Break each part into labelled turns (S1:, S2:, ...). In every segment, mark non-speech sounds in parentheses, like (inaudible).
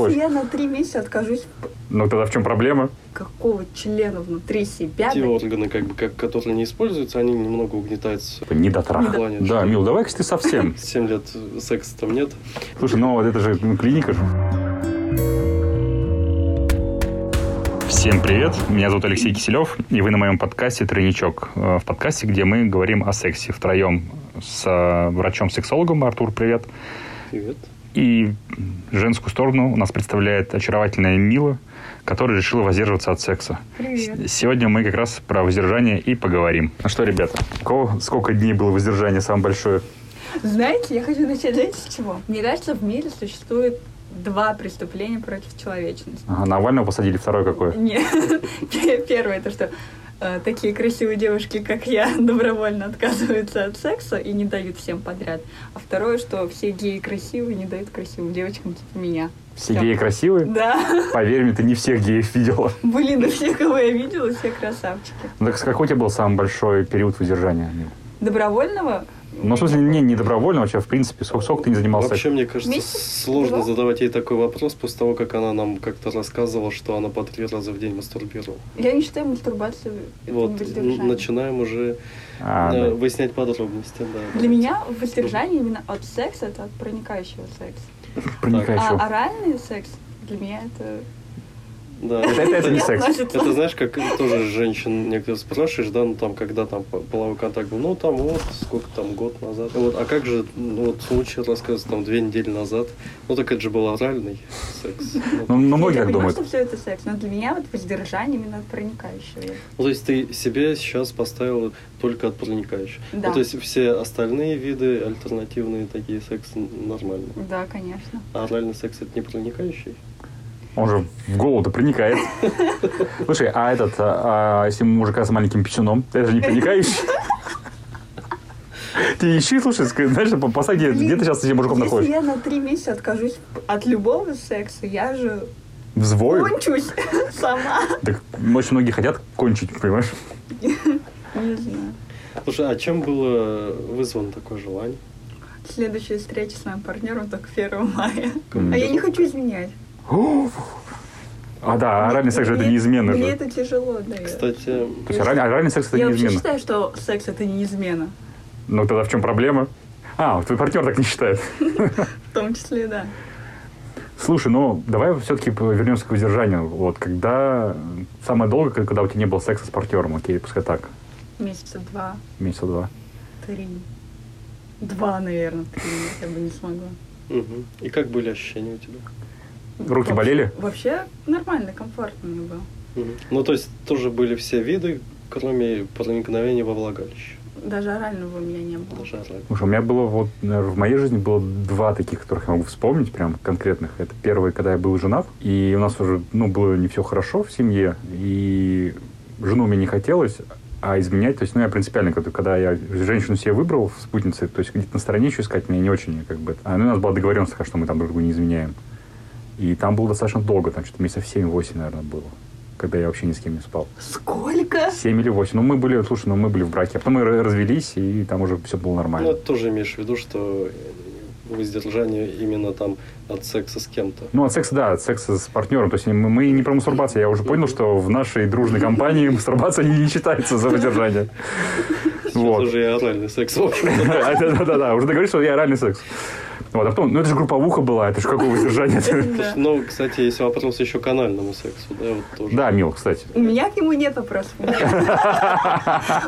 S1: хочешь.
S2: я на три месяца откажусь,
S1: Ну тогда в чем проблема?
S2: какого члена внутри себя?
S3: Те органы, как бы, как, которые не используются, они немного угнетаются.
S1: Типа Не дотрах.
S3: Недо-
S1: Да, Мил, давай-ка ты совсем.
S3: Семь лет э, секса там нет.
S1: Слушай, ну вот это же ну, клиника же. Всем привет, меня зовут Алексей Киселев, и вы на моем подкасте «Тройничок». Э, В подкасте, где мы говорим о сексе втроем с э, врачом-сексологом, Артур, привет,
S3: Привет.
S1: и женскую сторону у нас представляет очаровательная Мила, которая решила воздерживаться от секса.
S2: Привет.
S1: С- Сегодня мы как раз про воздержание и поговорим. Ну что, ребята, у кого сколько дней было воздержание самое большое?
S2: Знаете, я хочу начать, знаете, с чего? Мне кажется, в мире существует два преступления против человечности.
S1: Ага, Навального посадили, второе какое?
S2: Нет, (laughs) пе- первое то, что э, такие красивые девушки, как я, (laughs) добровольно отказываются от секса и не дают всем подряд. А второе, что все геи красивые не дают красивым девочкам типа меня.
S1: Все
S2: Всё.
S1: геи красивые?
S2: Да, (laughs)
S1: Поверь мне, ты не всех геев видела.
S2: блин, и все, кого я видела, все красавчики.
S1: Ну, Так какой у тебя был самый большой период воздержания? Мил?
S2: Добровольного?
S1: Ну, в смысле, не, не добровольно, вообще, в принципе, сколько, сколько ты не занимался?
S3: Вообще, мне кажется,
S2: Месяц?
S3: сложно
S2: Два?
S3: задавать ей такой вопрос после того, как она нам как-то рассказывала, что она по три раза в день мастурбировала.
S2: Я не считаю мастурбацию это
S3: вот, ну,
S2: воздержание.
S3: н- начинаем уже
S1: А,
S3: э,
S1: да.
S3: выяснять подробности. Да.
S2: Для меня воздержание именно от секса, это от проникающего секса.
S1: Проникающего.
S2: А оральный секс для меня это...
S3: Да.
S1: Это- это- это не секс.
S2: относится.
S3: Это знаешь, как тоже женщин некоторые спрашиваешь, да, ну там, когда там по- половой контакт был, ну там вот, сколько там, год назад. Вот, а как же, ну вот случай рассказывается там две недели назад, ну так это же был оральный секс.
S1: Ну,
S3: Ну,
S1: ну, многие
S2: а я понимаю,
S1: так думают.
S2: что все это секс, но для меня вот воздержание именно от проникающего.
S3: Ну, то есть ты себе сейчас поставил только от проникающего.
S2: Да.
S3: Ну, то есть все остальные виды, альтернативные такие секс н- нормально.
S2: Да, конечно.
S3: А оральный секс это не проникающий?
S1: Он же в
S2: (laughs)
S1: голову-то проникает. Слушай, а этот, а, а если мужика с маленьким печеном, это же не проникающий?
S2: (laughs)
S1: Ты ищи, слушай, ск- знаешь, по по сайте, где ты сейчас с этим мужиком
S2: Если
S1: находишь?
S2: я на три месяца откажусь от любого секса, я же
S1: Взвою?
S2: кончусь (laughs) сама.
S1: Так очень многие хотят кончить, понимаешь?
S2: Ну, Не знаю.
S3: Слушай, а чем было вызвано такое желание?
S2: Следующая встреча с моим партнером только 1 мая.
S1: Мгм.
S2: А я не хочу изменять.
S1: А да, оральный секс же это
S2: Мне-
S1: неизменно
S2: Мне
S1: же.
S2: это тяжело, да.
S3: Кстати,
S1: То есть ораль- оральный секс это
S2: Я вообще
S1: неизменно.
S2: считаю, что секс это не измена.
S1: Ну тогда в чем проблема? А, твой партнер так
S2: (laughs)
S1: не считает.
S2: В том числе, да.
S1: Слушай, ну давай все-таки вернемся к воздержанию. Вот когда самое долгое, когда- когда у тебя не было секса с партнером, окей, пускай так,
S2: Месяца два,
S1: месяца два.
S2: три. Два, наверное, три. Я бы не смогла.
S3: мгм. и как были ощущения у тебя?
S1: Руки
S2: Вообще-
S1: болели?
S2: Вообще нормально, комфортно мне было.
S3: Мгм. Ну, то есть тоже были все виды, кроме проникновения во влагалище.
S2: Даже орального у меня не было.
S3: Даже Ну, оральный.
S1: Слушай, у меня было вот, наверное, в моей жизни было два таких, которых я могу вспомнить, прям конкретных. Это первый, когда я был женат, и у нас уже, ну, было не все хорошо в семье, и жену мне не хотелось, а изменять, то есть, ну, я принципиально, когда- когда я женщину себе выбрал в спутнице, то есть где-то на стороне еще искать мне не очень, как бы. А, ну, у нас была договоренность, такая, что мы там друг другу не изменяем. И там было достаточно долго, там что-то месяцев 7-8, наверное, было, когда я вообще ни с кем не спал.
S2: Сколько?
S1: 7 или 8. Ну, мы были, слушай, ну, мы были в браке. А потом мы р- развелись, и там уже все было
S3: Ну,
S1: нормально.
S3: это тоже имеешь в виду, что э, воздержание именно там от секса с кем-то.
S1: Ну, от секса, да, от секса с партнером. То есть мы, мы не про мастурбацию. Я уже понял, что в нашей дружной компании мастурбация не считается за воздержание.
S3: Это
S1: Вот.
S3: уже и оральный секс, в общем.
S1: Да-да-да, уже договорились, что я оральный секс. Вот, а потом, ну это же групповуха была, это же какое воздержание?
S2: Да.
S3: Ну, кстати, есть вопрос еще к анальному сексу, да, вот тоже.
S1: (laughs) Да, Мил, кстати.
S2: У меня к нему нет
S1: (laughs)
S2: вопросов. У меня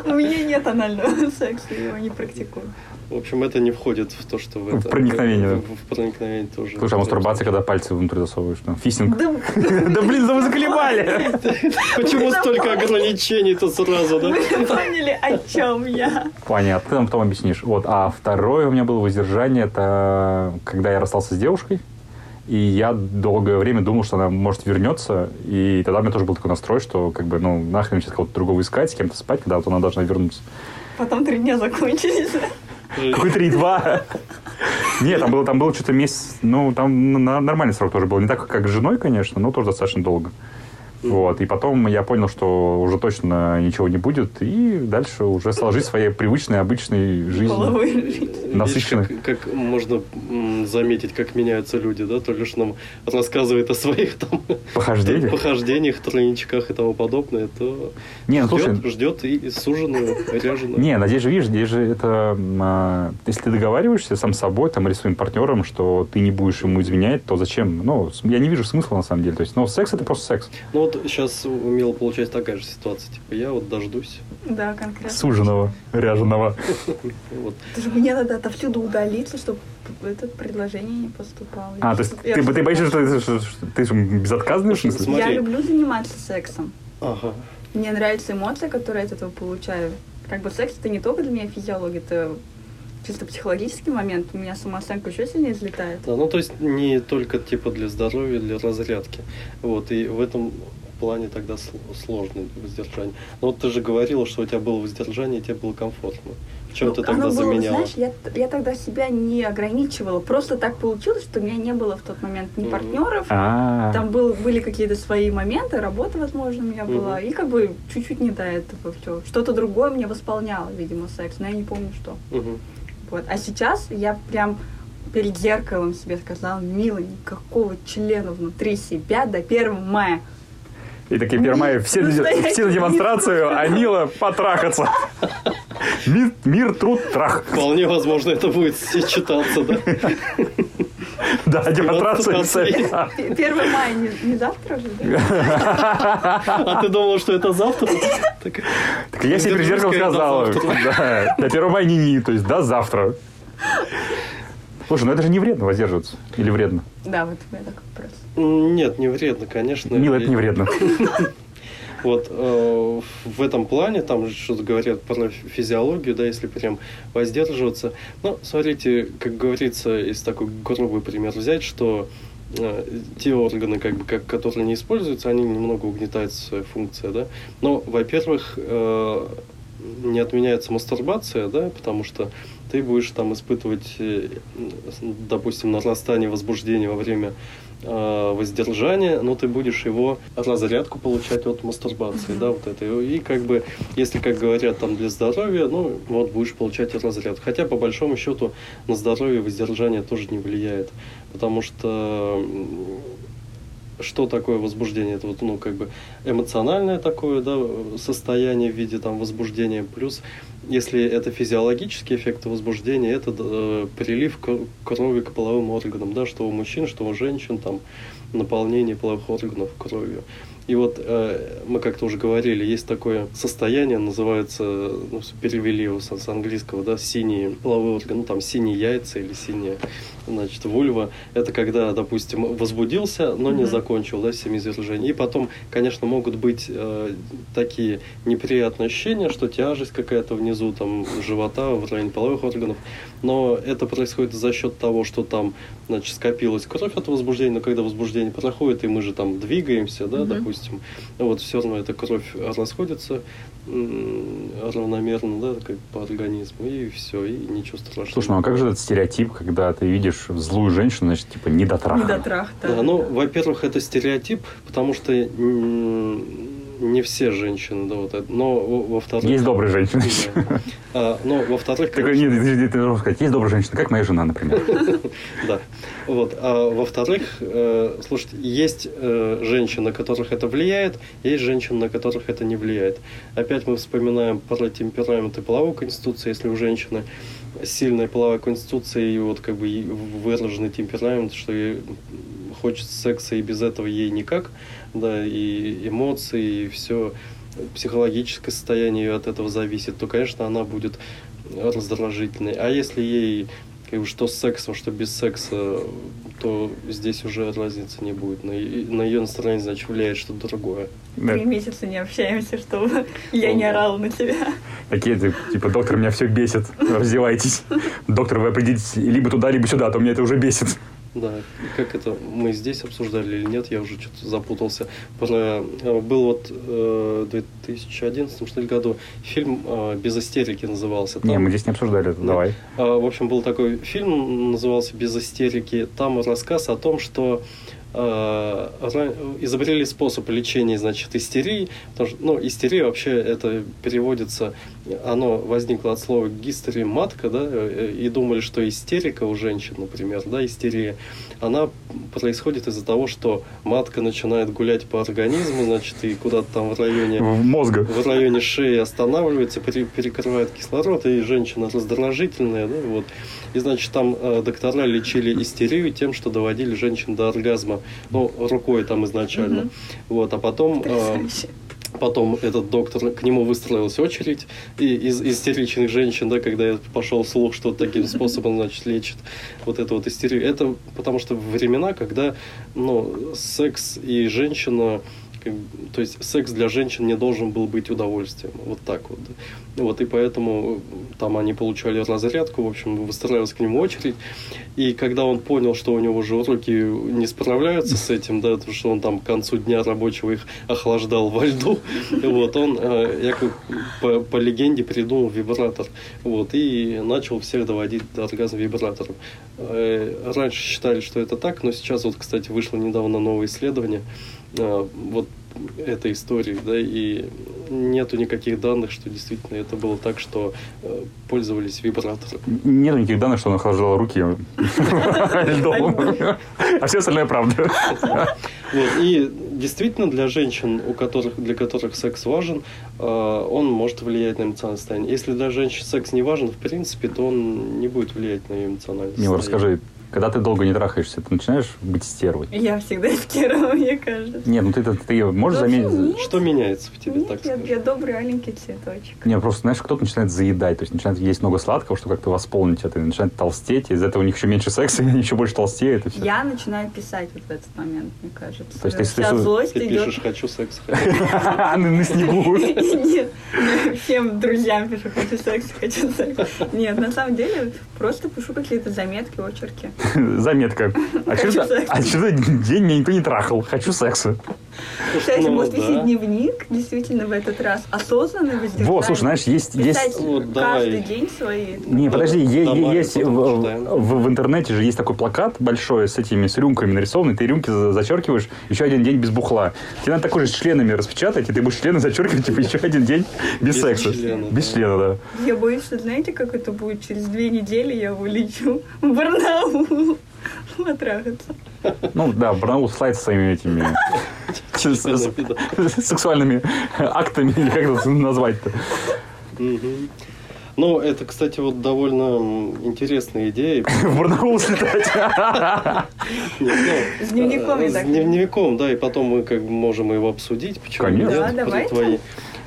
S2: у меня нет анального секса, я его не практикую.
S3: В общем, это не входит в то, что в
S1: В
S3: это-
S1: проникновение, да.
S3: В, в проникновение тоже.
S1: Слушай, а мастурбация, когда пальцы внутрь засовываешь, там, фистинг.
S2: Да,
S1: (laughs) Да блин, да вы заколебали!
S3: Почему столько ограничений-то сразу, Ну, да?
S2: вы поняли, о чем я.
S1: Понятно, а ты нам потом объяснишь. Вот, а второе у меня было воздержание, это когда я расстался с девушкой, и я долгое время думал, что она может вернется, и тогда у меня тоже был такой настрой, что как бы, ну, нахрен мне сейчас кого-то другого искать, с кем-то спать, когда вот она должна вернуться.
S2: Потом три дня закончились.
S1: Какой 3-2? Нет, там было, там было что-то месяц, ну, там на- на- нормальный срок тоже был, не так, как с женой, конечно, но тоже достаточно долго.
S3: Мгм.
S1: Вот. И потом я понял, что уже точно ничего не будет, и дальше уже сложить своей привычной, обычной жизни.
S2: Половой жизнь.
S3: Видишь,
S1: Насыщенных.
S3: Как, как можно м, заметить, как меняются люди, да? То лишь нам рассказывает о своих там
S1: Похождение?
S3: похождениях, тройничках и тому подобное, то
S1: Не, ну,
S3: ждет,
S1: слушай,
S3: ждет
S1: (laughs)
S3: и суженую, ряженую.
S1: Не, ну, здесь же видишь, здесь же это, м, а, если ты договариваешься сам с собой, там, или своим партнером, что ты не будешь ему изменять, то зачем? Ну, с- я не вижу смысла на самом деле. То есть, ну, секс это просто секс.
S3: Ну вот сейчас умела получается такая же ситуация. Типа я вот дождусь.
S2: Да, конкретно.
S1: Суженого, ряженого.
S2: Потому
S3: Вот.
S2: что мне надо отовсюду удалиться, чтобы это предложение не поступало.
S1: А, то есть,
S2: Я-
S1: ты, ты боишься, что, что- что- ты же безотказный, в смысле?
S3: Смотри.
S2: Я люблю заниматься сексом.
S3: Ага.
S2: Мне нравятся эмоции, которые я от этого получаю. Как бы секс это не только для меня физиология, это чисто психологический момент. У меня самооценка еще сильнее взлетает.
S3: Да, ну то есть не только типа для здоровья, для разрядки. Вот, и в этом плане тогда сл- сложно воздержание. Но вот ты же говорила, что у тебя было воздержание, и тебе было комфортно. В чем
S2: Ну,
S3: ты тогда
S2: оно было,
S3: заменяла?
S2: Знаешь, я, я тогда себя не ограничивала. Просто так получилось, что у меня не было в тот момент ни
S3: Мгм.
S2: партнеров.
S1: А,
S2: Там был, были какие-то свои моменты, работа, возможно, у меня
S3: Мгм.
S2: была. И как бы чуть-чуть не до этого все. Что-то другое мне восполняло, видимо, секс, но я не помню, что.
S3: Мгм.
S2: Вот. А сейчас я прям перед зеркалом себе сказала, милый, никакого члена внутри себя до 1 мая.
S1: и такие первые все, на- все на демонстрацию, а Мила потрахаться. Мир, мир, труд, трах.
S3: Вполне возможно, это будет сочетаться, да?
S1: Да, демонстрация и
S3: Демонстрация.
S1: секс. А,
S2: П- 1 мая не, не завтра же, да?
S3: А ты думала, что это завтра? Так,
S1: Так я себе перед зеркалом
S3: Дедушка,
S1: сказала.
S3: до завтра.
S1: (laughs) Да, до первого мая не-не, то есть до завтра. Слушай, ну это же не вредно воздерживаться. Или вредно?
S2: Да, вот у меня такой вопрос.
S3: Нет, не вредно, конечно.
S1: Мила, это не вредно.
S3: Вот э, в этом плане, там же что-то говорят про физиологию, да, если прям воздерживаться. Но смотрите, как говорится, если такой грубый пример взять, что э, те органы, как бы, как, которые не используются, они немного угнетают свою функцию, да. Но, во-первых, э, не отменяется мастурбация, да, потому что ты будешь там испытывать, э, м, допустим, нарастание возбуждения во время э, воздержания, но ты будешь его разрядку получать от мастурбации, да, вот это. И как бы, если, как говорят, там для здоровья, ну, вот будешь получать разрядку. Хотя, по большому счету, на здоровье воздержание тоже не влияет, потому что м, что такое возбуждение? Это вот, ну, как бы эмоциональное такое, да, состояние в виде там возбуждения. Плюс, если это физиологические эффекты возбуждения, это э, прилив кр- крови к половым органам, да, что у мужчин, что у женщин, там, наполнение половых органов кровью. И вот э, мы как-то уже говорили, есть такое состояние, называется, ну, с- перевели его с, с английского, да, синие половые органы, ну, там, синие яйца или синяя, значит, вульва. Это когда, допустим, возбудился, но не
S2: Мгм.
S3: закончил, да, семизвержение. И потом, конечно, могут быть э, такие неприятные ощущения, что тяжесть какая-то внизу, там, живота, в районе половых органов. Но это происходит за счет того, что там, значит, скопилась кровь от возбуждения, но когда возбуждение проходит, и мы же там двигаемся, да,
S2: Мгм.
S3: допустим, вот все равно эта кровь расходится м, равномерно, да, как по организму, и все, и ничего страшного.
S1: Слушай, ну а как же этот стереотип, когда ты видишь злую женщину, значит, типа, не до
S2: Не
S1: траха?
S2: до трах, да.
S3: Да, ну, во-первых, это стереотип, потому что м, не все женщины, да, вот это, но во- во-вторых...
S1: Есть добрые женщины.
S3: (laughs) Да. А, но во-вторых,
S1: Такой, нет, подожди, ты должен сказать, есть добрая женщина, как моя жена, например.
S3: Да. Вот. А во-вторых, э, слушайте, есть э, женщины, на которых это влияет, есть женщины, на которых это не влияет. Опять мы вспоминаем про темперамент и половую конституцию. Если у женщины сильная половая конституция и вот как бы и выраженный темперамент, что ей хочется секса и без этого ей никак, да, и эмоции, и все психологическое состояние её от этого зависит, то, конечно, она будет раздражительной. А если ей как бы, что с сексом, что без секса, то здесь уже разницы не будет. На, е- на ее настроение, значит, влияет что-то другое.
S1: Да.
S2: Три месяца не общаемся, чтобы я не
S3: Ого.
S2: орала на тебя.
S1: Такие, ты, типа, доктор, меня все бесит, раздевайтесь. Доктор, вы определитесь либо туда, либо сюда, а то меня это уже бесит.
S3: Да, и как это мы здесь обсуждали или нет, я уже что-то запутался. Про, э, был вот э, в 2011 что ли, году фильм э, «Без истерики» назывался.
S1: Не,
S3: Там-
S1: мы здесь не обсуждали это,
S3: Да.
S1: давай.
S3: А, В общем, был такой фильм, назывался «Без истерики». Там рассказ о том, что а, ра- изобрели способ лечения, значит, истерии, потому что, ну, истерия вообще это переводится, оно возникло от слова гистери матка, да, э, и думали, что истерика у женщин, например, да, истерия, она происходит из-за того, что матка начинает гулять по организму, значит, и куда-то там в районе
S1: В мозга.
S3: в районе шеи останавливается, пере- перекрывает кислород, и женщина раздражительная, да, вот. И, значит, там э, доктора лечили истерию тем, что доводили женщин до оргазма, ну, рукой там изначально,
S2: Мгм.
S3: вот, а потом... э,
S2: Потрясающе.
S3: Потом этот доктор, к нему выстроилась очередь и из истеричных женщин, да, когда я пошел слух, что таким способом, значит, лечит вот эту вот истерию. Это потому что времена, когда, ну, секс и женщина, как бы, то есть секс для женщин не должен был быть удовольствием, вот так вот. да. Ну Вот, и поэтому э, там они получали разрядку, в общем, выстраивалась к нему очередь. И когда он понял, что у него уже руки не справляются с этим, да, потому что он там к концу дня рабочего их охлаждал во льду, вот, он, э, якобы, по, по легенде придумал вибратор, вот, и начал всех доводить до оргазма вибратором. Э, Раньше считали, что это так, но сейчас вот, кстати, вышло недавно новое исследование, э, вот, этой истории, да, и нету никаких данных, что действительно это было так, что э, пользовались вибратором.
S1: Нет никаких данных, что она охлаждала руки (laughs) льдом. А все остальное правда.
S3: Вот, и действительно для женщин, у которых, для которых секс важен, э, он может влиять на эмоциональное состояние. Если для женщин секс не важен, в принципе, то он не будет влиять на ее эмоциональное
S1: Мила,
S3: состояние.
S1: расскажи, когда ты долго не трахаешься, ты начинаешь быть стервой?
S2: Я всегда скирова, мне кажется.
S1: Нет, ну ты, ты, ты можешь
S2: Вообще
S1: заметить?
S2: нет.
S3: Что меняется в тебе,
S2: Нет,
S3: так
S2: я,
S3: скажем?
S2: я добрый аленький цветочек.
S1: Не, ну просто, знаешь, кто-то начинает заедать, то есть начинает есть много сладкого, чтобы как-то восполнить это, и начинает толстеть, и из-за этого у них еще меньше секса, и они еще больше толстеют, и все.
S2: Я начинаю писать вот в этот момент, мне кажется.
S1: То есть ты-
S2: Вся
S1: ты-
S2: злость
S3: Ты
S2: идет.
S3: пишешь «хочу секс», «хочу».
S1: (laughs) На на
S2: (laughs)
S1: снегу.
S2: Нет, всем друзьям пишу, хочу секс, хочу секс. Нет, на самом деле просто пишу какие-то заметки, очерки.
S1: Заметка. А
S2: Хочу
S1: что
S2: секса.
S1: день меня никто не трахал. Хочу секса.
S2: Кстати,
S3: Ну,
S2: может
S3: да.
S2: вести дневник, действительно, в этот раз осознанный воздержание.
S1: Во, слушай, знаешь, есть...
S2: Писать
S1: есть...
S3: Вот давай.
S2: каждый день свои.
S1: Не,
S3: Да,
S1: подожди, е- е-
S3: давай,
S1: есть в,
S3: потом почитаем.
S1: в- в интернете же есть такой плакат большой с этими с рюмками нарисованный, ты рюмки за- зачеркиваешь, еще один день без бухла. Тебе надо такой же с членами распечатать, и ты будешь члены зачеркивать, типа еще один день без,
S3: Без
S1: секса.
S3: члена,
S1: без
S3: да.
S1: члена, да.
S2: Я боюсь, что знаете, как это будет? Через две недели я улечу в (laughs) Барнаул отрахаться.
S1: Ну да, Барнаул слайд со своими
S3: (laughs)
S1: этими с- с- с- сексуальными актами, или как это назвать-то.
S3: Мгм. Ну, это, кстати, вот довольно м, интересная
S2: (laughs)
S3: идея.
S1: В Барнаул слетать.
S3: Нет, ну,
S2: С дневником,
S3: э,
S2: я
S3: С
S2: так
S3: дневником, да, и потом мы как бы можем его обсудить. Почему
S1: Конечно.
S3: нет?
S2: Да,
S3: Тут
S2: давайте.
S3: твои-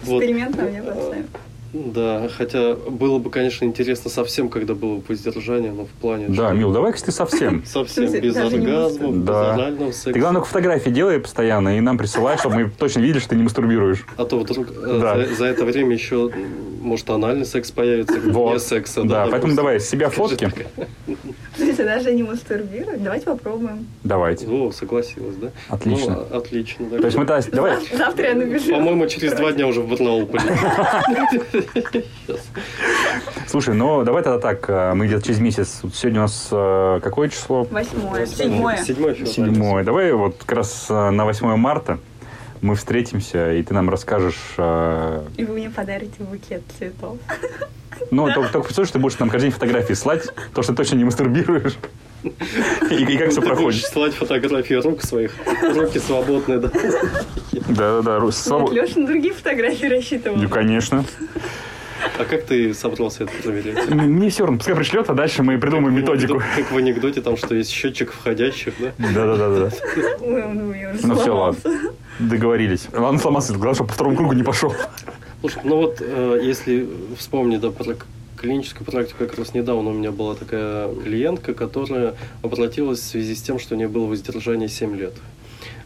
S3: вот. Э,
S2: Эксперимент на мне поставим.
S3: Да, хотя было бы, конечно, интересно совсем, когда было бы воздержание, но в плане...
S1: Да,
S3: что
S1: Мил, давай-ка ты совсем.
S3: Совсем
S2: Слушай,
S3: без
S2: даже не
S3: оргазма, без
S1: Да.
S3: анального секса.
S1: Ты, главное, фотографии делай постоянно и нам присылай, чтобы мы точно видели, что ты не мастурбируешь.
S3: А то вдруг э,
S1: Да.
S3: за, за это время еще, м, может, анальный секс появится,
S1: Вот.
S3: не секса.
S1: Да, поэтому
S3: допустим.
S1: давай, с себя
S3: Скажи
S1: фотки.
S3: так.
S2: Слушайте, даже не мастурбировать. Давайте попробуем.
S1: Давайте.
S3: О, согласилась, да?
S1: Отлично.
S3: Ну, а- отлично. да.
S1: То есть мы тогда- давай.
S2: Зав- Завтра я набежу.
S3: По-моему, через два дня уже в Барнаул полетим.
S1: Слушай, ну давай тогда так. э, Мы где-то через месяц. Вот Сегодня у нас э, какое число?
S2: Восьмое, седьмое.
S3: Седьмое февраля.
S1: Седьмое. Давай вот как раз э, на 8 марта мы встретимся, и ты нам расскажешь. э,
S2: И вы мне подарите букет цветов.
S1: Ну, только, только представь, что ты будешь нам каждый день фотографии слать, то, что ты точно не мастурбируешь. И, и как все
S3: Ты будешь
S1: проходит.
S3: слать фотографии рук своих. Руки свободные, да.
S1: Да-да-да. Ру-
S2: Нет,
S1: слава-
S2: Леша на другие фотографии рассчитывал.
S1: Ну, конечно.
S3: А как ты собрался это проверять?
S1: Мне все равно, пускай пришлет, а дальше мы придумаем методику.
S3: Как в анекдоте, там, что есть счетчик входящих, да?
S1: Да-да-да.
S2: Ой, он у меня уже
S1: Ну все,
S2: сломался.
S1: ладно. Договорились. Ладно, сломался, главное, чтобы по второму кругу не пошел.
S3: Слушай, ну вот, э, если вспомнить да, про к- клиническую практику, как раз недавно у меня была такая клиентка, которая обратилась в связи с тем, что у нее было воздержание 7 лет.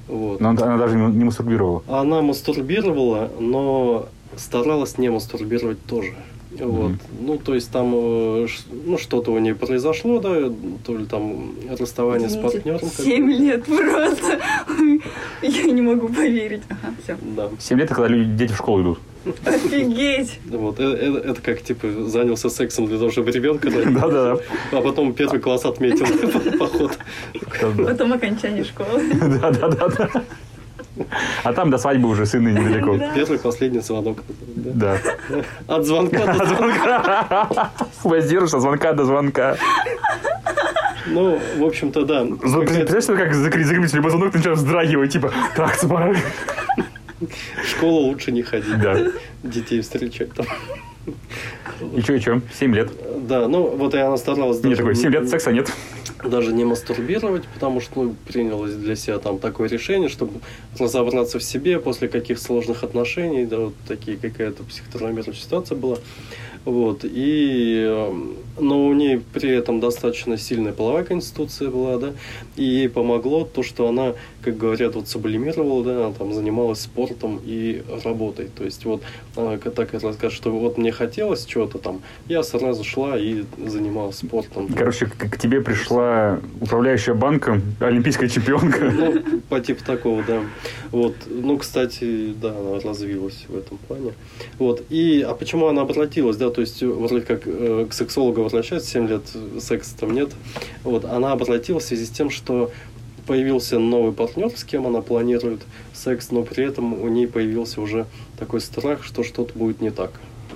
S3: Вот.
S1: Но она, она даже не не мастурбировала.
S3: Она мастурбировала, но старалась не мастурбировать тоже. Вот.
S1: Мгм.
S3: Ну, то есть там э, ш- ну, что-то у нее произошло, да, то ли там расставание с
S2: Извините,
S3: партнером. как-
S2: Семь лет просто. Я не могу поверить. Ага, все.
S3: Да.
S1: Семь лет, это когда люди, дети в школу идут.
S2: Офигеть!
S3: Вот, э- э- это, как, типа, занялся сексом для того, чтобы ребенка дать.
S1: Да-да-да.
S3: А потом первый класс отметил (laughs) поход.
S2: Потом окончание школы.
S1: Да-да-да. А там до свадьбы уже сына недалеко.
S2: Да.
S3: Первый, последний звонок. да.
S1: Да.
S3: От звонка до звонка.
S1: Воздержишь от звонка до звонка.
S3: Ну, в общем-то, да.
S1: Зв-
S3: Какая-то
S1: Представляешь, как закрыть, закрыть любой звонок, ты начинаешь вздрагивать, типа, так, смотри.
S3: В школу лучше не ходить.
S1: Да.
S3: Детей встречать там.
S1: И чё, и чё? Семь лет.
S3: Да, ну, вот и она старалась
S1: Не
S3: даже
S1: такой,
S3: не-
S1: семь лет секса нет.
S3: даже не мастурбировать, потому что ну, принялось для себя там такое решение, чтобы разобраться в себе после каких сложных отношений, да, вот такие какая-то психотермомерная ситуация была. Вот, и, эм, но у ней при этом достаточно сильная половая конституция была, да, и ей помогло то, что она, как говорят, вот сублимировала, да, она там занималась спортом и работой, то есть вот она к- так и расскажет, что вот мне хотелось чего-то там, я сразу шла и занималась спортом.
S1: Короче, к, к тебе пришла управляющая банка, олимпийская чемпионка.
S3: Ну, по типу такого, да. Вот. Ну, кстати, да, она развилась в этом плане. Вот. И, а почему она обратилась, да, то есть, вроде как э, к сексологу возвращается, 7 лет секса там нет. Вот. Она обратилась в связи с тем, что появился новый партнер, с кем она планирует секс, но при этом у ней появился уже такой страх, что что-то будет не так.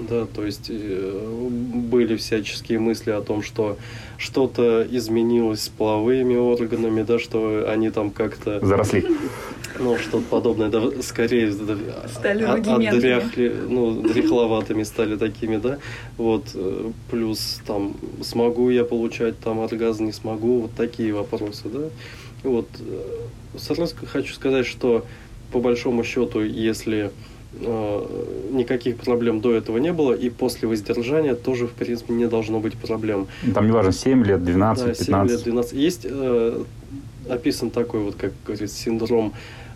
S3: Да, то есть э, были всяческие мысли о том, что что-то изменилось с половыми органами, да, что они там как-то
S1: Заросли.
S3: ну, что-то подобное, да, скорее да,
S2: Стали
S3: от-
S2: рудиментами.
S3: отдряхли, ну, дряхловатыми стали такими, да, вот, э, плюс там, смогу я получать там оргазм, не смогу, вот такие вопросы, да, вот, э, сразу хочу сказать, что по большому счету, если э, никаких проблем до этого не было, и после воздержания тоже, в принципе, не должно быть проблем.
S1: Там, неважно, 7 лет,
S3: Да,
S1: 12,
S3: 7
S1: 15.
S3: лет, 12. Есть э, описан такой вот, как говорится, синдром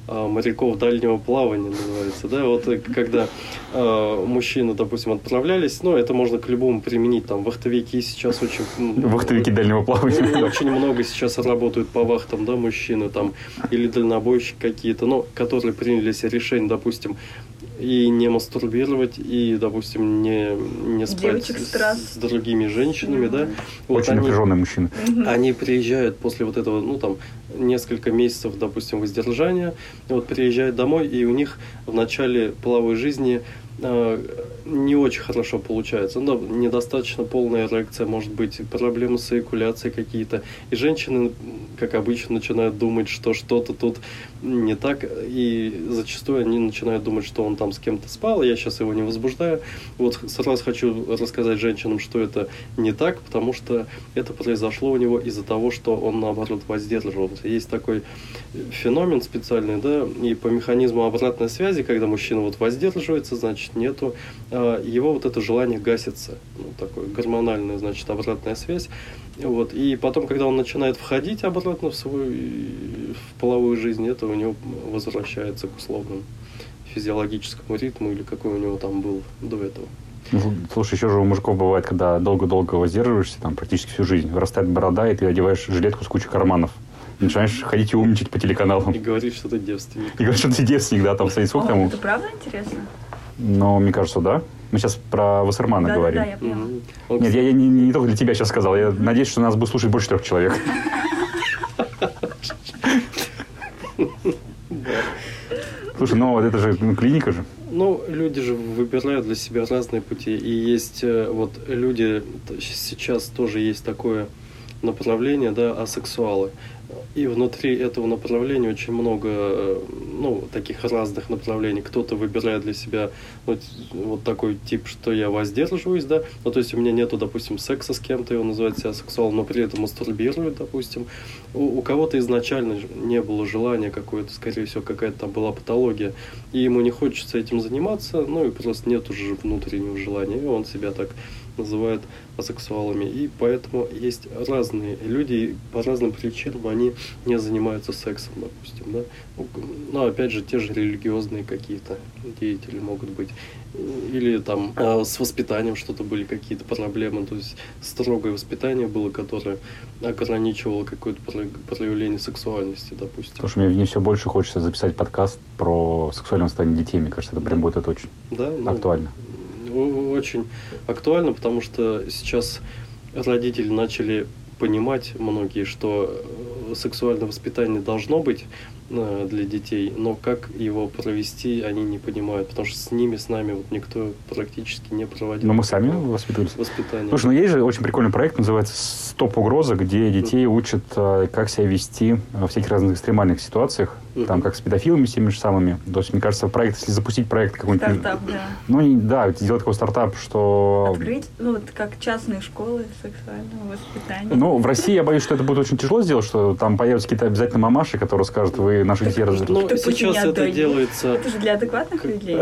S3: э, моряков дальнего плавания называется, да, вот э, когда э, мужчины, допустим, отправлялись, ну, это можно к любому применить, там, вахтовики сейчас очень...
S1: (laughs)
S3: м,
S1: Вахтовики дальнего (laughs)
S3: ну,
S1: плавания.
S3: (laughs) Очень много сейчас работают по вахтам, да, мужчины там, или дальнобойщики какие-то, но которые приняли себе решение, допустим, и не мастурбировать, и, допустим, не, не спать
S2: Девочек страз.
S3: с, с другими женщинами, да. Вот
S1: Очень
S3: они-
S1: напряженные мужчины.
S2: Мгм.
S3: они приезжают после вот этого, ну там, несколько месяцев, допустим, воздержания, и вот приезжают домой, и у них в начале половой жизни э, не очень хорошо получается. Ну, недостаточно полная эрекция, может быть, проблемы с эякуляцией какие-то. И женщины, как обычно, начинают думать, что что-то тут не так, и зачастую они начинают думать, что он там с кем-то спал, я сейчас его не возбуждаю. Вот сразу хочу рассказать женщинам, что это не так, потому что это произошло у него из-за того, что он, наоборот, воздерживался. Есть такой феномен специальный, да, и по механизму обратной связи, когда мужчина вот воздерживается, значит, нету, э, его вот это желание гасится. Ну, такое гормональная, значит, обратная связь. Вот. И потом, когда он начинает входить обратно в свою э, в половую жизнь, это у него возвращается к условному физиологическому ритму или какой у него там был до этого.
S1: Ну, Слушай, еще же у мужиков бывает, когда долго-долго воздерживаешься, там практически всю жизнь, вырастает борода, и ты одеваешь жилетку с кучей карманов. И Начинаешь ходить и умничать по телеканалам.
S3: И
S1: И
S3: говорит, что ты девственник.
S1: говоришь, что ты девственник, да, там стоит сколько
S2: О,
S1: тому.
S2: А, Это правда интересно?
S1: Но мне кажется, да. Мы сейчас про Вассермана говорим.
S2: Да-да-да, я поняла.
S3: Мгм. Он,
S1: Нет, я, я не, не только для тебя сейчас сказал. Я надеюсь, что нас будет слушать больше
S2: (laughs)
S1: трех человек. Слушай, ну вот это же ну, клиника же.
S3: Ну, люди же выбирают для себя разные пути. И есть э, вот люди, т- сейчас тоже есть такое направление, да, асексуалы. И внутри этого направления очень много, э, ну, таких разных направлений. Кто-то выбирает для себя вот, вот такой тип, что я воздерживаюсь, да, ну, то есть у меня нету, допустим, секса с кем-то, и он называет себя сексуалом, но при этом мастурбирует, допустим. У, у кого-то изначально ж- не было желания какое-то, скорее всего, какая-то там была патология, и ему не хочется этим заниматься, ну, и просто нет уже внутреннего желания, и он себя так называют асексуалами. И поэтому есть разные люди, и по разным причинам они не занимаются сексом, допустим. Да? Ну, к- Ну, опять же, те же религиозные какие-то деятели могут быть. Или там а, с воспитанием что-то были какие-то проблемы. То есть строгое воспитание было, которое ограничивало какое-то про- проявление сексуальности, допустим.
S1: Потому что мне, все больше хочется записать подкаст про сексуальное состояние детей. Мне кажется, это прям
S3: Да.
S1: будет это очень
S3: Да, ну,
S1: актуально.
S3: о- Очень актуально, потому что сейчас родители начали понимать многие, что э, сексуальное воспитание должно быть э, для детей, но как его провести, они не понимают, потому что с ними, с нами вот никто практически не проводил.
S1: Но мы сами
S3: такого
S1: воспитывались.
S3: воспитания.
S1: Слушай, ну есть же очень прикольный проект, называется «Стоп угроза», где детей учат, э, как себя вести во всяких разных экстремальных ситуациях,
S3: Мгм.
S1: там, как с педофилами с теми же самыми. То есть, мне кажется, проект, если запустить проект какой-нибудь...
S2: Стартап, да.
S1: Ну, и- да, сделать такой стартап, что...
S2: Открыть, ну, вот как частные школы сексуального воспитания.
S1: Ну, в России я боюсь, что это будет очень тяжело сделать, что там появятся какие-то обязательно мамаши, которые скажут, вы наших детей раз...
S3: Ну,
S2: Ты пусть
S3: сейчас
S2: меня
S3: это
S2: отдай.
S3: делается
S2: Это же для адекватных людей.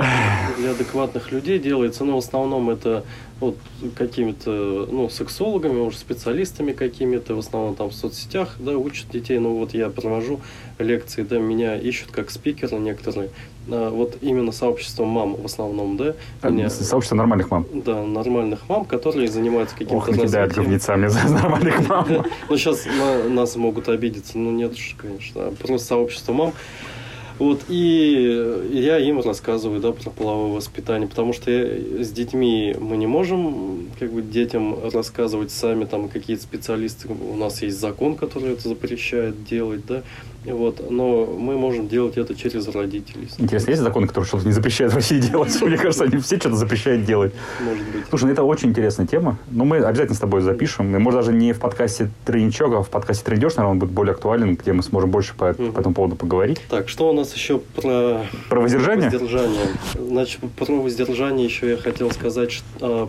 S3: для адекватных людей делается, но в основном это вот какими-то ну, сексологами, может, специалистами какими-то, в основном там в соцсетях, да, учат детей. Ну вот я провожу лекции, да, меня ищут как спикера некоторые. А, вот именно сообщество мам в основном, да,
S1: А,
S3: меня-
S1: Сообщество нормальных мам.
S3: да, нормальных мам, которые занимаются
S1: Ох,
S3: каким-то
S1: накидают
S3: развитием.
S1: говнеца мне за (laughs) нормальных мам.
S3: (laughs) Ну, сейчас нас могут обидеться. Ну, нет уж, конечно. Просто сообщество мам. Вот, и я им рассказываю, да, про половое воспитание, потому что я- с детьми мы не можем, как бы, детям рассказывать сами, там, какие-то специалисты, у нас есть закон, который это запрещает делать, да, И вот, но мы можем делать это через родителей,
S1: Интересно, есть законы, которые что-то не запрещают в России (laughs) делать? Мне кажется, они все что-то запрещают делать.
S3: может быть.
S1: Слушай, ну это очень интересная тема. Но мы обязательно с тобой запишем. И, может, даже не в подкасте «Тройничок», а в подкасте «Тройничок», наверное, он будет более актуален, где мы сможем больше по,
S3: Мгм.
S1: по этому поводу поговорить.
S3: Так, что у нас еще про
S1: Про воздержание?
S3: Воздержание. Значит, про воздержание еще я хотел сказать, что, а,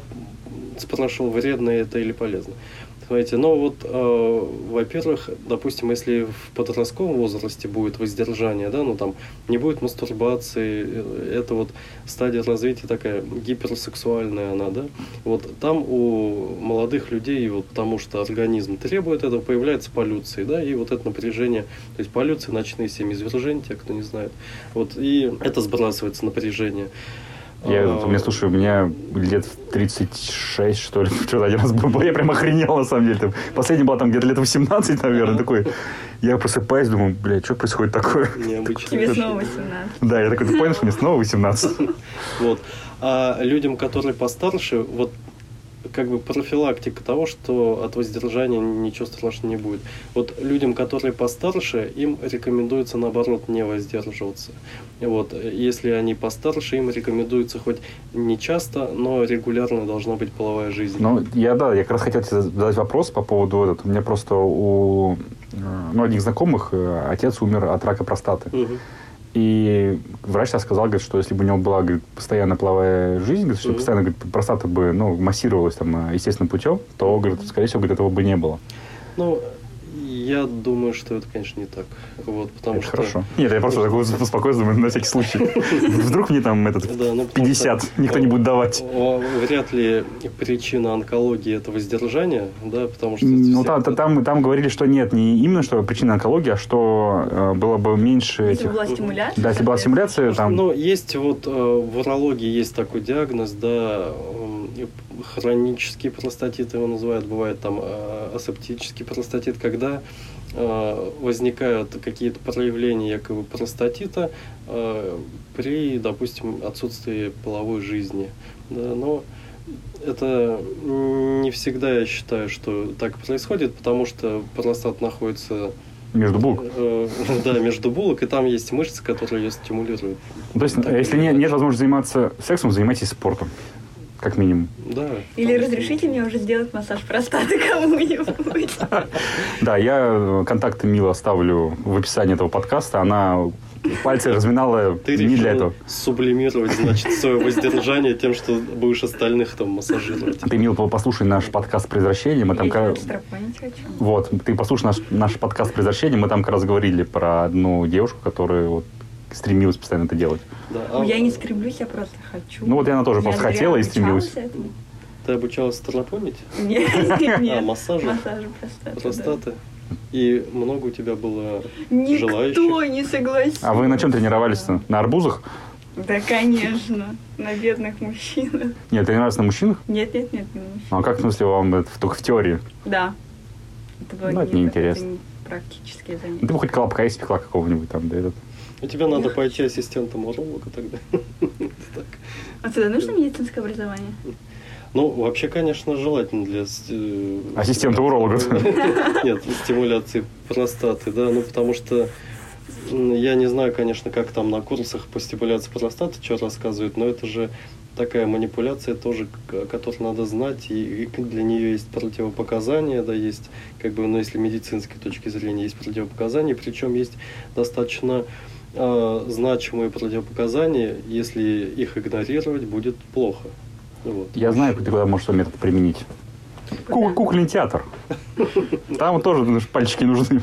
S3: спрашивал, вредно это или полезно. Смотрите, ну вот, а, во-первых, допустим, если в подростковом возрасте будет воздержание, да, ну там не будет мастурбации, э, это вот стадия развития такая гиперсексуальная она, да, вот там у молодых людей, вот потому что организм требует этого, появляются полюции, да, и вот это напряжение, то есть полюции, ночные семиизвержения, те, кто не знает, вот, и это сбрасывается напряжение.
S1: Я,
S3: А,
S1: у меня, слушай, у меня лет в 36, что ли, (laughs) что-то один раз был, я прям охренел, на самом деле. Там, последний была там где-то лет 18, наверное, такой. Я просыпаюсь, думаю, блядь, что происходит такое? (laughs)
S3: необычно.
S2: Тебе снова 18.
S1: Да, я такой, ты понял, что мне снова 18?
S3: Вот. А людям, которые постарше, вот как бы профилактика того, что от воздержания ничего страшного не будет. Вот людям, которые постарше, им рекомендуется наоборот не воздерживаться. И Вот, если они постарше, им рекомендуется хоть не часто, но регулярно должна быть половая жизнь.
S1: Ну, я, да, я как раз хотел тебе задать вопрос по поводу этого. У меня просто у э, ну, одних знакомых э, отец умер от рака простаты.
S3: Мгм.
S1: И врач сейчас сказал, говорит, что если бы у него была говорит, постоянно половая жизнь, говорит, что
S3: Мгм.
S1: постоянно говорит, простата бы ну, массировалась там, э, естественным путем, то, говорит, скорее всего, говорит, этого бы не было.
S3: Ну, я думаю, что это, конечно, не так. Вот, потому
S1: это
S3: что...
S1: хорошо. Нет, я просто такой успокоился, думаю, на всякий
S3: (laughs)
S1: случай. Вдруг мне там этот
S3: Да, ну, потому
S1: 50
S3: что-
S1: никто не будет давать.
S3: О, Вряд ли причина онкологии это воздержание, да, потому что...
S1: Ну,
S3: все-
S1: там, там, там говорили, что нет, не именно что причина онкологии, а что э, было бы меньше
S2: Если
S1: этих...
S2: бы была стимуляция.
S1: Да, если была
S2: соответственно.
S1: стимуляция, там...
S3: Ну, есть вот э, в урологии есть такой диагноз, да, м, и п- хронический простатит его называют, бывает там э, асептический простатит, когда э, возникают какие-то проявления якобы простатита э, при, допустим, отсутствии половой жизни. Да, но это не всегда я считаю, что так происходит, потому что простат находится
S1: Между булок.
S3: э, (laughs) да, между булок, и там есть мышцы, которые ее стимулируют.
S1: То есть,
S3: Так,
S1: если не- нет возможности заниматься сексом, занимайтесь спортом. Как минимум.
S3: Да.
S2: Или
S3: Потому что-
S2: разрешите мне уже сделать массаж простаты кому-нибудь.
S1: Да, я э, контакты Мила оставлю в описании этого подкаста. Она пальцы разминала
S3: Ты
S1: не для
S3: решила
S1: этого.
S3: сублимировать, значит, свое воздержание тем, что будешь остальных там массажировать.
S1: Ты, Мил, послушай наш подкаст про извращение. Мы там
S2: Я тебя
S1: как...
S2: отстрапанить хочу.
S1: Вот, ты послушай наш, наш подкаст про извращение. Мы там как раз говорили про одну девушку, которая вот стремилась постоянно это делать.
S3: Да, а-
S2: Ну, Я не скреблюсь, я просто хочу.
S1: Ну, вот и она тоже
S2: Я
S1: просто
S2: зря
S1: хотела и
S2: обучалась
S1: стремилась.
S2: этому.
S3: Ты обучалась терапонить? (laughs)
S2: Нет, нет,
S3: А,
S2: нет.
S3: массажа?
S2: Массажа простаты. да.
S3: Простаты? И много у тебя было...
S2: Никто
S3: желающих?
S2: не согласился.
S1: А вы на чем тренировались-то? На арбузах?
S2: Да, конечно. На бедных мужчинах.
S1: Нет, тренировались на мужчинах?
S2: Нет, нет, нет, не мужчин.
S1: Ну, а как, в смысле, вам это только в теории?
S2: Да. Это было
S1: Ну, это неинтересно.
S2: это не практические
S1: Ну,
S2: занятия.
S1: Ты бы хоть колобка и спекла какого-нибудь там, да этот.
S3: У тебя надо пойти ассистентом уролога тогда. (laughs) Так.
S2: А тебе нужно медицинское образование?
S3: Ну, вообще, конечно, желательно для... с- э,
S1: Ассистента уролога.
S3: (laughs) Нет, стимуляции простаты, да, ну потому что м, я не знаю, конечно, как там на курсах по стимуляции простаты что рассказывают, но это же такая манипуляция тоже, к- о которой надо знать, и и для нее есть противопоказания, да, есть, как бы, ну, если медицинской точки зрения, есть противопоказания, причем есть достаточно э, значимые противопоказания, если их игнорировать, будет плохо. Вот.
S1: Я знаю, ты куда можешь свой метод применить. Ку- Кукольный театр. Там тоже ну, пальчики нужны.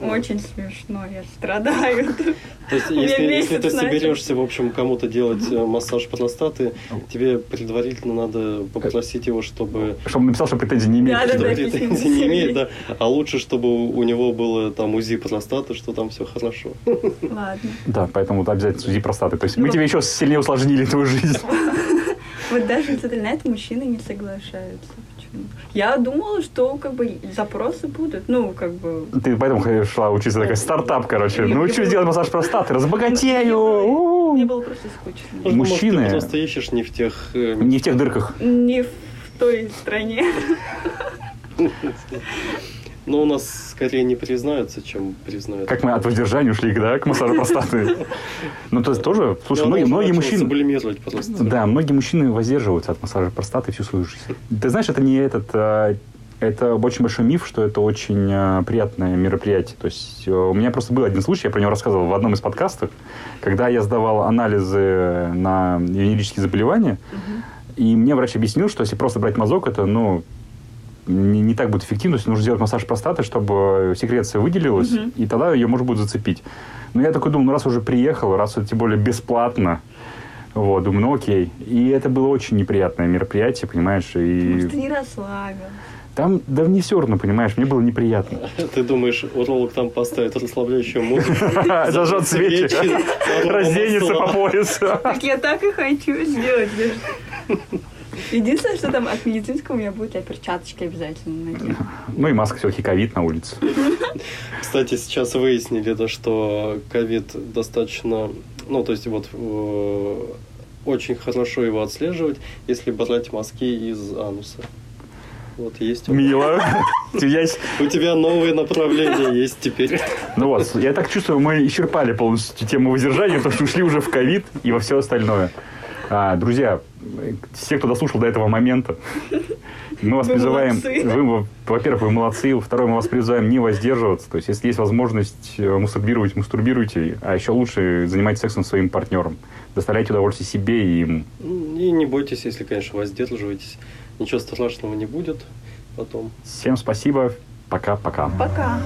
S2: Очень смешно, я страдаю.
S3: То есть,
S2: У меня
S3: если, если
S2: месяц
S3: ты
S2: начался.
S3: соберешься, в общем, кому-то делать э, массаж простаты, тебе предварительно надо попросить его, чтобы
S1: Чтобы написал, что претензий не имеет.
S2: Да-да-да.
S3: чтобы
S2: обязательно.
S3: претензий (laughs) не имеет, да. А лучше, чтобы у у него было там УЗИ простаты, что там все хорошо. Ну,
S2: Ладно.
S1: Да, поэтому вот обязательно суди простаты. То есть мы
S2: Ну.
S1: тебе еще сильнее усложнили твою жизнь.
S2: Вот даже, смотри, на это мужчины не соглашаются. Почему? Я думала, что как бы запросы будут. Ну, как бы...
S1: Ты поэтому ходила- шла учиться, такая стартап, короче. Ну, что сделать массаж простаты? Разбогатею!
S2: Ну, Мне
S1: У-у-у.
S2: было просто скучно.
S3: Ну, может,
S1: Мужчины-
S3: Ты просто ищешь не в тех... э,
S1: Не в тех дырках.
S2: Не в той стране.
S3: Но у нас скорее не признаются, чем признают.
S1: Как мы от воздержания ушли, да, к массажу простаты. Ну, то есть тоже, слушай,
S3: Я
S1: многие,
S3: должен
S1: многие
S3: начал
S1: мужчины...
S3: Сублимировать просто.
S1: Да, многие мужчины воздерживаются от массажа простаты всю свою жизнь. Ты знаешь, это не этот... а, Это очень большой миф, что это очень а, приятное мероприятие. То есть э, у меня просто был один случай, я про него рассказывал в одном из подкастов, когда я сдавал анализы на венерические заболевания, и мне врач объяснил, что если просто брать мазок, это, ну, не, не так будет эффективно, то есть нужно сделать массаж простаты, чтобы секреция выделилась,
S2: Мгм.
S1: и тогда ее можно будет зацепить. Но я такой думал, ну раз уже приехал, раз это тем более бесплатно, вот, думаю, ну окей. И это было очень неприятное мероприятие, понимаешь,
S2: Может, ты
S1: и
S2: не расслабил.
S1: там, да не все равно, понимаешь, мне было (laughs) неприятно.
S3: (laughs) Ты думаешь, уролог там поставит расслабляющую музыку,
S1: (laughs) Зажжет свечи, (laughs) разденется по поясу.
S2: Так я так и хочу сделать. даже.
S1: (laughs)
S2: Единственное, что там от медицинского у меня будет, я перчаточки обязательно надену.
S1: Ну и маска все-таки ковид на улице.
S3: Кстати, сейчас выяснили, да, что ковид достаточно, ну, то есть вот э, очень хорошо его отслеживать, если брать мазки из ануса. Вот есть. у-
S1: Мило. Я-
S3: У тебя новые направления есть теперь.
S1: Ну вот, я так чувствую, мы исчерпали полностью тему воздержания, потому что ушли уже в ковид и во все остальное. А, друзья, э, все, кто дослушал до этого момента, мы вас
S2: Вы
S1: призываем...
S2: молодцы.
S1: вы, во- во-первых, вы молодцы. Во-вторых, мы вас призываем не воздерживаться. То есть, если есть возможность э, мастурбировать, мастурбируйте. А еще лучше занимайтесь сексом со своим партнером. Доставляйте удовольствие себе и им.
S3: Ну, И не бойтесь, если, конечно, воздерживаетесь. Ничего страшного не будет потом.
S1: Всем спасибо. Пока-пока.
S2: Пока.